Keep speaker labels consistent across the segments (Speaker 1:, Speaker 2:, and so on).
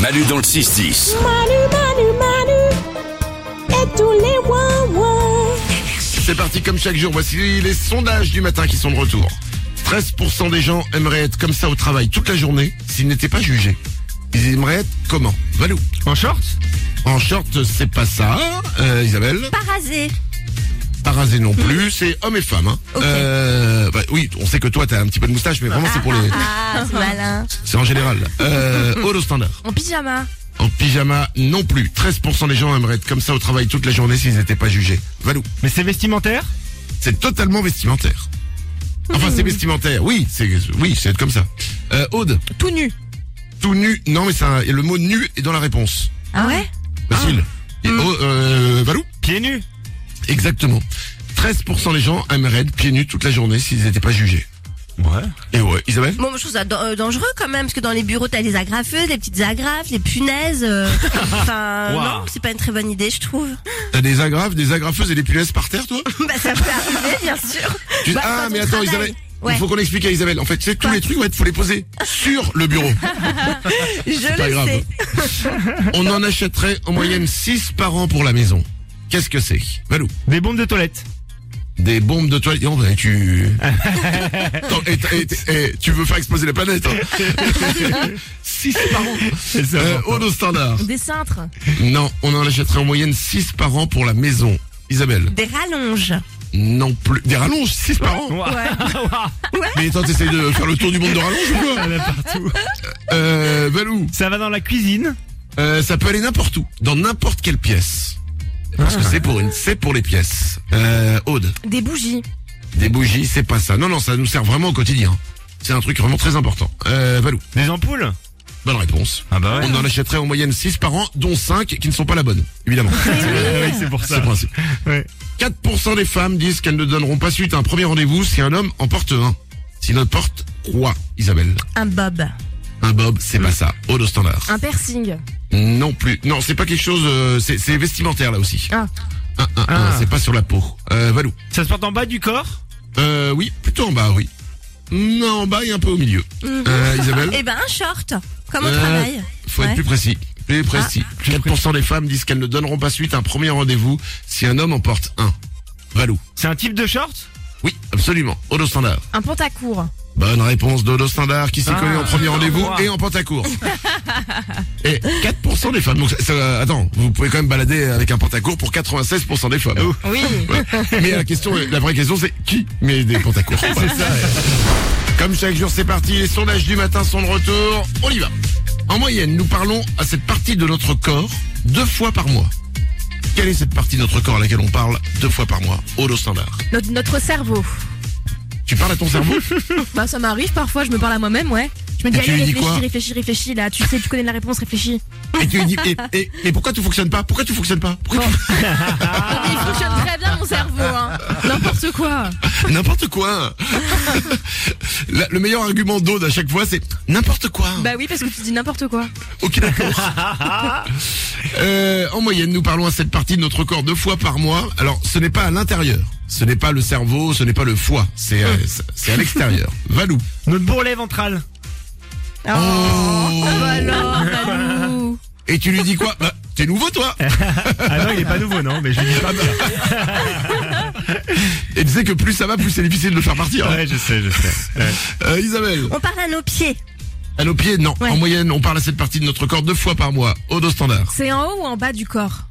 Speaker 1: Manu dans le 6-10.
Speaker 2: Manu, Manu, Manu et tous les ouin-ouin.
Speaker 3: C'est parti comme chaque jour, voici les sondages du matin qui sont de retour. 13% des gens aimeraient être comme ça au travail toute la journée s'ils n'étaient pas jugés. Ils aimeraient être comment Valou
Speaker 4: En short
Speaker 3: En short, c'est pas ça, euh, Isabelle.
Speaker 5: Pas rasé.
Speaker 3: Pas rasé non plus, c'est hommes et femmes. hein.
Speaker 5: Ok.
Speaker 3: Euh, bah oui, on sait que toi t'as un petit peu de moustache, mais vraiment c'est pour les...
Speaker 5: Ah, c'est malin.
Speaker 3: C'est en général. Euh, holo standard.
Speaker 5: En pyjama.
Speaker 3: En pyjama non plus. 13% des gens aimeraient être comme ça au travail toute la journée s'ils n'étaient pas jugés. Valou,
Speaker 4: Mais c'est vestimentaire
Speaker 3: c'est totalement vestimentaire. Enfin,
Speaker 5: Hmm.
Speaker 3: c'est vestimentaire. Oui, c'est oui, c'est être comme ça. Euh, Aude,
Speaker 5: Tout nu.
Speaker 3: tout nu. Non, mais ça, le mot nu est dans la réponse.
Speaker 5: Ah ouais
Speaker 3: Facile.
Speaker 5: Ah.
Speaker 3: Et,
Speaker 5: Hmm.
Speaker 3: oh, euh, Valou,
Speaker 4: Pieds nus
Speaker 3: exactement. 13% des gens aimeraient être pieds nus toute la journée s'ils n'étaient pas jugés.
Speaker 4: Ouais.
Speaker 3: Et ouais, Isabelle.
Speaker 5: Bon, je trouve ça dan- euh, dangereux quand même, parce que dans les bureaux, t'as les agrafeuses, les petites agrafes, les punaises. euh, Enfin,
Speaker 4: Wow.
Speaker 5: non, c'est pas une très bonne idée, je trouve.
Speaker 3: T'as des agrafes, des agrafeuses et des punaises par terre, toi
Speaker 5: bah, ça peut arriver, bien sûr.
Speaker 3: Tu-
Speaker 5: Bah,
Speaker 3: Ah,
Speaker 5: quand
Speaker 3: mais
Speaker 5: on
Speaker 3: attends,
Speaker 5: travaille.
Speaker 3: Isabelle.
Speaker 5: Ouais,
Speaker 3: Il faut qu'on explique à Isabelle. En fait, c'est tous
Speaker 5: Quoi
Speaker 3: les trucs, ouais, faut les poser sur le bureau.
Speaker 5: je
Speaker 3: Pas
Speaker 5: le
Speaker 3: grave.
Speaker 5: sais.
Speaker 3: On en achèterait en moyenne 6 par an pour la maison. Qu'est-ce que c'est Valou
Speaker 4: Des bombes de toilette
Speaker 3: Des bombes de toilette. Oh, ben, tu... Attends, et- et- et- tu veux faire exploser la planète 6 par an
Speaker 4: C'est ça.
Speaker 3: euh, Odo standard.
Speaker 5: Des cintres.
Speaker 3: Non, on en achèterait en moyenne 6 par an pour la maison. Isabelle
Speaker 5: Des rallonges.
Speaker 3: Non plus. Des rallonges 6 par an Mais attends, t'essayes de faire le tour du monde de rallonges ou quoi euh, Valou
Speaker 4: Ça va dans la cuisine
Speaker 3: Euh, ça peut aller n'importe où, dans n'importe quelle pièce. Parce que c'est pour une, c'est pour les pièces. Euh, Aude,
Speaker 5: Des bougies.
Speaker 3: des bougies, c'est pas ça. Non, non, ça nous sert vraiment au quotidien. C'est un truc vraiment très important. Euh, Valou,
Speaker 4: Des ampoules
Speaker 3: bonne réponse.
Speaker 4: Ah bah
Speaker 3: On en achèterait en moyenne 6 par an, dont 5 qui ne sont pas la bonne, évidemment.
Speaker 4: oui, c'est pour
Speaker 3: C'est le
Speaker 4: ça.
Speaker 3: principe.
Speaker 4: Ouais.
Speaker 3: 4% des femmes disent qu'elles ne donneront pas suite à un premier rendez-vous si un homme en porte un. S'il en porte trois, Isabelle.
Speaker 5: Un bob.
Speaker 3: Un bob, c'est pas ça. Aude au standard.
Speaker 5: Un piercing.
Speaker 3: Non plus. Non, c'est pas quelque chose. euh, c'est c'est vestimentaire là aussi.
Speaker 5: Ah.
Speaker 3: Ah, ah, ah,
Speaker 4: Ah.
Speaker 3: c'est pas sur la peau. Euh, Valou.
Speaker 4: Ça se porte en bas du corps
Speaker 3: Euh, oui, plutôt en bas, oui. Non, en bas et un peu au milieu.
Speaker 5: Mhm.
Speaker 3: Euh, Isabelle.
Speaker 5: Et ben, un short. Comme au
Speaker 3: Euh,
Speaker 5: travail.
Speaker 3: Faut être
Speaker 5: Ouais. Ah.
Speaker 3: plus précis. Plus précis. 4% des femmes disent qu'elles ne donneront pas suite à un premier rendez-vous si un homme en porte un. Valou.
Speaker 4: C'est un type de short
Speaker 3: Oui, absolument. Odo standard.
Speaker 5: Un pantacourt.
Speaker 3: Bonne réponse d'Odo standard qui s'est
Speaker 4: Ah,
Speaker 3: connu en premier
Speaker 4: au
Speaker 3: rendez-vous
Speaker 4: revoir.
Speaker 3: et en pantacourt. et 4% des femmes. Donc, ça- ça- attends, vous pouvez quand même balader avec un pantacourt pour 96% des femmes.
Speaker 5: Oui.
Speaker 3: Ouais. Mais la question, la vraie question, c'est qui met des pantacourts Voilà. Comme chaque jour, c'est parti. Les sondages du matin sont de retour. On y va. En moyenne, nous parlons à cette partie de notre corps deux fois par mois. Quelle est cette partie de notre corps à laquelle on parle deux fois par mois Holo standard.
Speaker 6: Notre, notre cerveau.
Speaker 3: Tu parles à ton cerveau
Speaker 6: Bah ça m'arrive parfois, je me parle à moi-même, ouais. Je me dis,
Speaker 3: Et tu
Speaker 6: allez,
Speaker 3: lui dis quoi
Speaker 6: réfléchis, réfléchis, réfléchis, là, tu sais, tu connais la réponse, réfléchis.
Speaker 3: et tu lui dis et, et- et pourquoi tout fonctionne pas Pourquoi tout fonctionne pas Pourquoi tu-
Speaker 6: Ah, mais il fonctionne très bien mon cerveau, hein. N'importe quoi.
Speaker 3: N'importe quoi. La- le meilleur argument d'Aude à chaque fois, c'est n'importe quoi.
Speaker 6: Bah oui, parce que tu dis n'importe quoi.
Speaker 3: Ok, d'accord. Euh, en moyenne, nous parlons à cette partie de notre corps deux fois par mois. Alors, ce n'est pas à l'intérieur. Ce n'est pas le cerveau, ce n'est pas le foie. C'est euh, c'est- c'est à l'extérieur. Valou.
Speaker 4: Notre bourrelet ventral
Speaker 3: Oh.
Speaker 6: Alors, Malou.
Speaker 3: Et tu lui dis quoi bah, T'es nouveau, toi
Speaker 4: Ah non, il est pas nouveau, non, mais je lui dis pas.
Speaker 3: Et tu sais que plus ça va, plus c'est difficile de le faire partir. hein.
Speaker 4: Ouais, je sais, je sais. Ouais.
Speaker 3: Euh, Isabelle.
Speaker 5: On parle à nos pieds.
Speaker 3: À nos pieds, non.
Speaker 5: Ouais.
Speaker 3: En moyenne, on parle à cette partie de notre corps deux fois par mois. Au dos standard.
Speaker 6: C'est en haut ou en bas du corps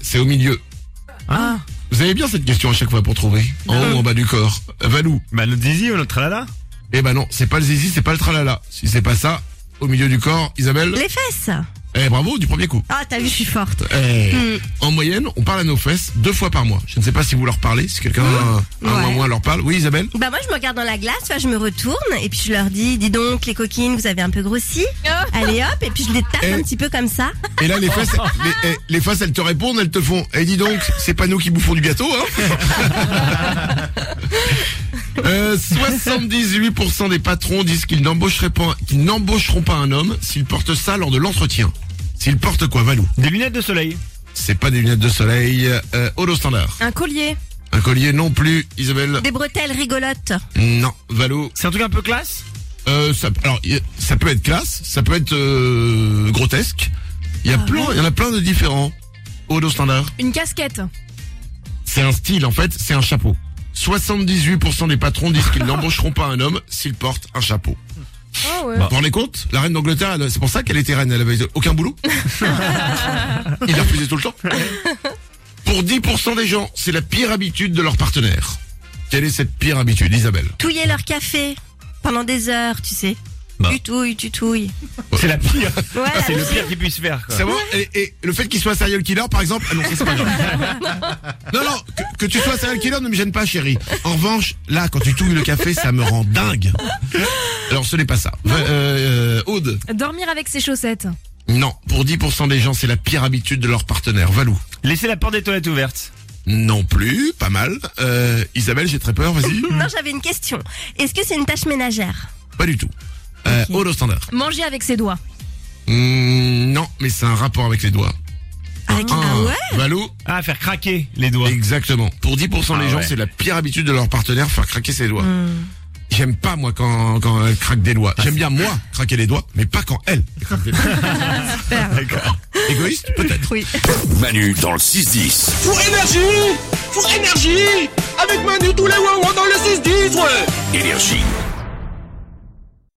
Speaker 3: C'est au milieu.
Speaker 4: Ah.
Speaker 3: Vous avez bien cette question à chaque fois pour trouver. En haut ou en bas du corps. Euh, Valou.
Speaker 4: Bah notre zizi ou notre tralala
Speaker 3: Eh ben non, c'est pas le zizi, c'est pas le tralala. Si c'est pas ça, au milieu du corps, Isabelle.
Speaker 5: Les fesses.
Speaker 3: Eh bravo, du premier coup.
Speaker 5: Ah, t'as vu, je suis forte.
Speaker 3: Eh,
Speaker 5: Hmm.
Speaker 3: En moyenne, on parle à nos fesses deux fois par mois. Je ne sais pas si vous leur parlez, si quelqu'un un
Speaker 5: Hmm. Ouais.
Speaker 3: mois moins leur parle. Oui, Isabelle
Speaker 5: Bah moi je me regarde dans la glace, enfin, je me retourne et puis je leur dis dis donc les coquines vous avez un peu grossi.
Speaker 6: Oh.
Speaker 5: Allez hop et puis je les tape
Speaker 3: Eh.
Speaker 5: un petit peu comme ça.
Speaker 3: Et là, les fesses, les, eh, les fesses, elles te répondent, elles te font. Et dis donc, c'est pas nous qui bouffons du gâteau, hein Euh, 78% des patrons disent qu'ils n'embaucheraient pas, qu'ils n'embaucheront pas un homme s'il porte ça lors de l'entretien. S'il porte quoi, Valou
Speaker 4: Des lunettes de soleil
Speaker 3: C'est pas des lunettes de soleil, euh, holo standard.
Speaker 6: Un collier.
Speaker 3: Un collier non plus, Isabelle
Speaker 5: Des bretelles rigolotes.
Speaker 3: Non, Valou
Speaker 4: C'est un truc un peu classe
Speaker 3: Euh, ça, alors, y- ça peut être classe, ça peut être euh, grotesque. Il y a plein, il y en a plein de différents. Odo standard.
Speaker 6: Une casquette.
Speaker 3: C'est un style, en fait, c'est un chapeau. 78% des patrons disent qu'ils n'embaucheront pas un homme s'il porte un chapeau.
Speaker 6: Oh ouais.
Speaker 3: Vous vous rendez compte La reine d'Angleterre, elle- c'est pour ça qu'elle était reine, elle avait aucun boulot. Il la refusait tout le temps. Pour 10% des gens, c'est la pire habitude de leur partenaire. Quelle est cette pire habitude, Isabelle
Speaker 5: Touiller leur café pendant des heures, tu sais.
Speaker 3: Bah.
Speaker 5: Tu touilles, tu touilles.
Speaker 4: C'est la pire.
Speaker 5: Ouais, la
Speaker 4: Ah, C'est le
Speaker 5: petite-
Speaker 4: pire qu'il puisse faire. Quoi.
Speaker 3: C'est bon et, et le fait qu'il soit serial killer, par exemple, ah non, ça, c'est pas grave. non, non, que, que tu sois serial killer ne me gêne pas, chérie. En revanche, là, quand tu touilles le café, ça me rend dingue. Alors, ce n'est pas ça. Euh, euh, Aude
Speaker 6: Dormir avec ses chaussettes.
Speaker 3: Non, pour 10% des gens, c'est la pire habitude de leur partenaire. Valou
Speaker 4: Laisser la porte des toilettes ouverte.
Speaker 3: Non plus, pas mal. Euh, Isabelle, j'ai très peur, vas-y.
Speaker 5: Non, j'avais une question. Est-ce que c'est une tâche ménagère
Speaker 3: pas du tout. Euh,
Speaker 5: Ok.
Speaker 3: Aude au standard.
Speaker 6: Manger avec ses doigts.
Speaker 3: Hmm, non, mais c'est un rapport avec les doigts.
Speaker 5: Avec- Ah
Speaker 3: Un.
Speaker 5: ouais
Speaker 3: Valou
Speaker 4: Ah, faire craquer les doigts.
Speaker 3: Exactement. Pour 10% des
Speaker 4: Ah
Speaker 3: gens,
Speaker 4: ouais.
Speaker 3: c'est la pire habitude de leur partenaire, faire craquer ses doigts. J'aime pas, moi, quand, quand elle craque des doigts. J'aime bien, moi, craquer les doigts, mais pas quand elle craque des doigts. Égoïste, peut-être.
Speaker 5: Oui.
Speaker 1: Manu dans le 6-10.
Speaker 7: Pour énergie Pour énergie Avec Manu tous les wouah dans le 6-10, ouais
Speaker 1: Énergie.